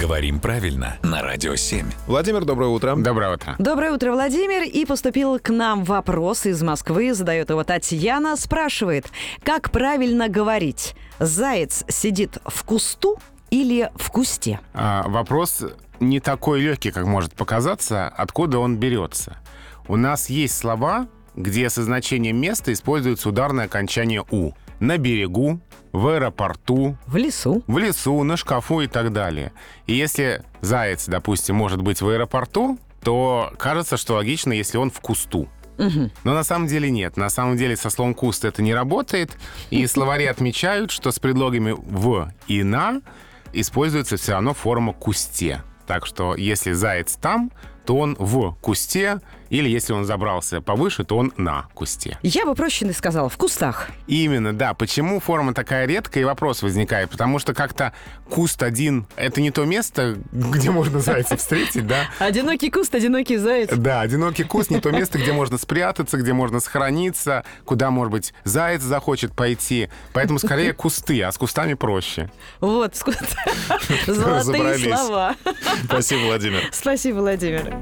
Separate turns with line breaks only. Говорим правильно на Радио 7.
Владимир, доброе утро.
Доброе утро.
Доброе утро, Владимир. И поступил к нам вопрос из Москвы. Задает его Татьяна. Спрашивает, как правильно говорить? Заяц сидит в кусту или в кусте?
А, вопрос не такой легкий, как может показаться, откуда он берется. У нас есть слова, где со значением места используется ударное окончание «у». На берегу, в аэропорту,
В лесу.
в лесу, на шкафу и так далее. И если заяц, допустим, может быть в аэропорту, то кажется, что логично, если он в кусту. Но на самом деле нет. На самом деле со словом «куст» это не работает. И словари отмечают, что с предлогами «в» и «на» используется все равно форма «кусте». Так что если заяц там, то он в кусте, или если он забрался повыше, то он на кусте.
Я бы проще сказала, в кустах.
Именно, да. Почему форма такая редкая, и вопрос возникает. Потому что как-то куст один — это не то место, где можно зайца встретить, да?
Одинокий куст, одинокий заяц.
Да, одинокий куст не то место, где можно спрятаться, где можно схорониться, куда, может быть, заяц захочет пойти. Поэтому скорее кусты, а с кустами проще.
Вот, с куст- золотые
Разобрались.
слова.
Спасибо, Владимир.
Спасибо, Владимир.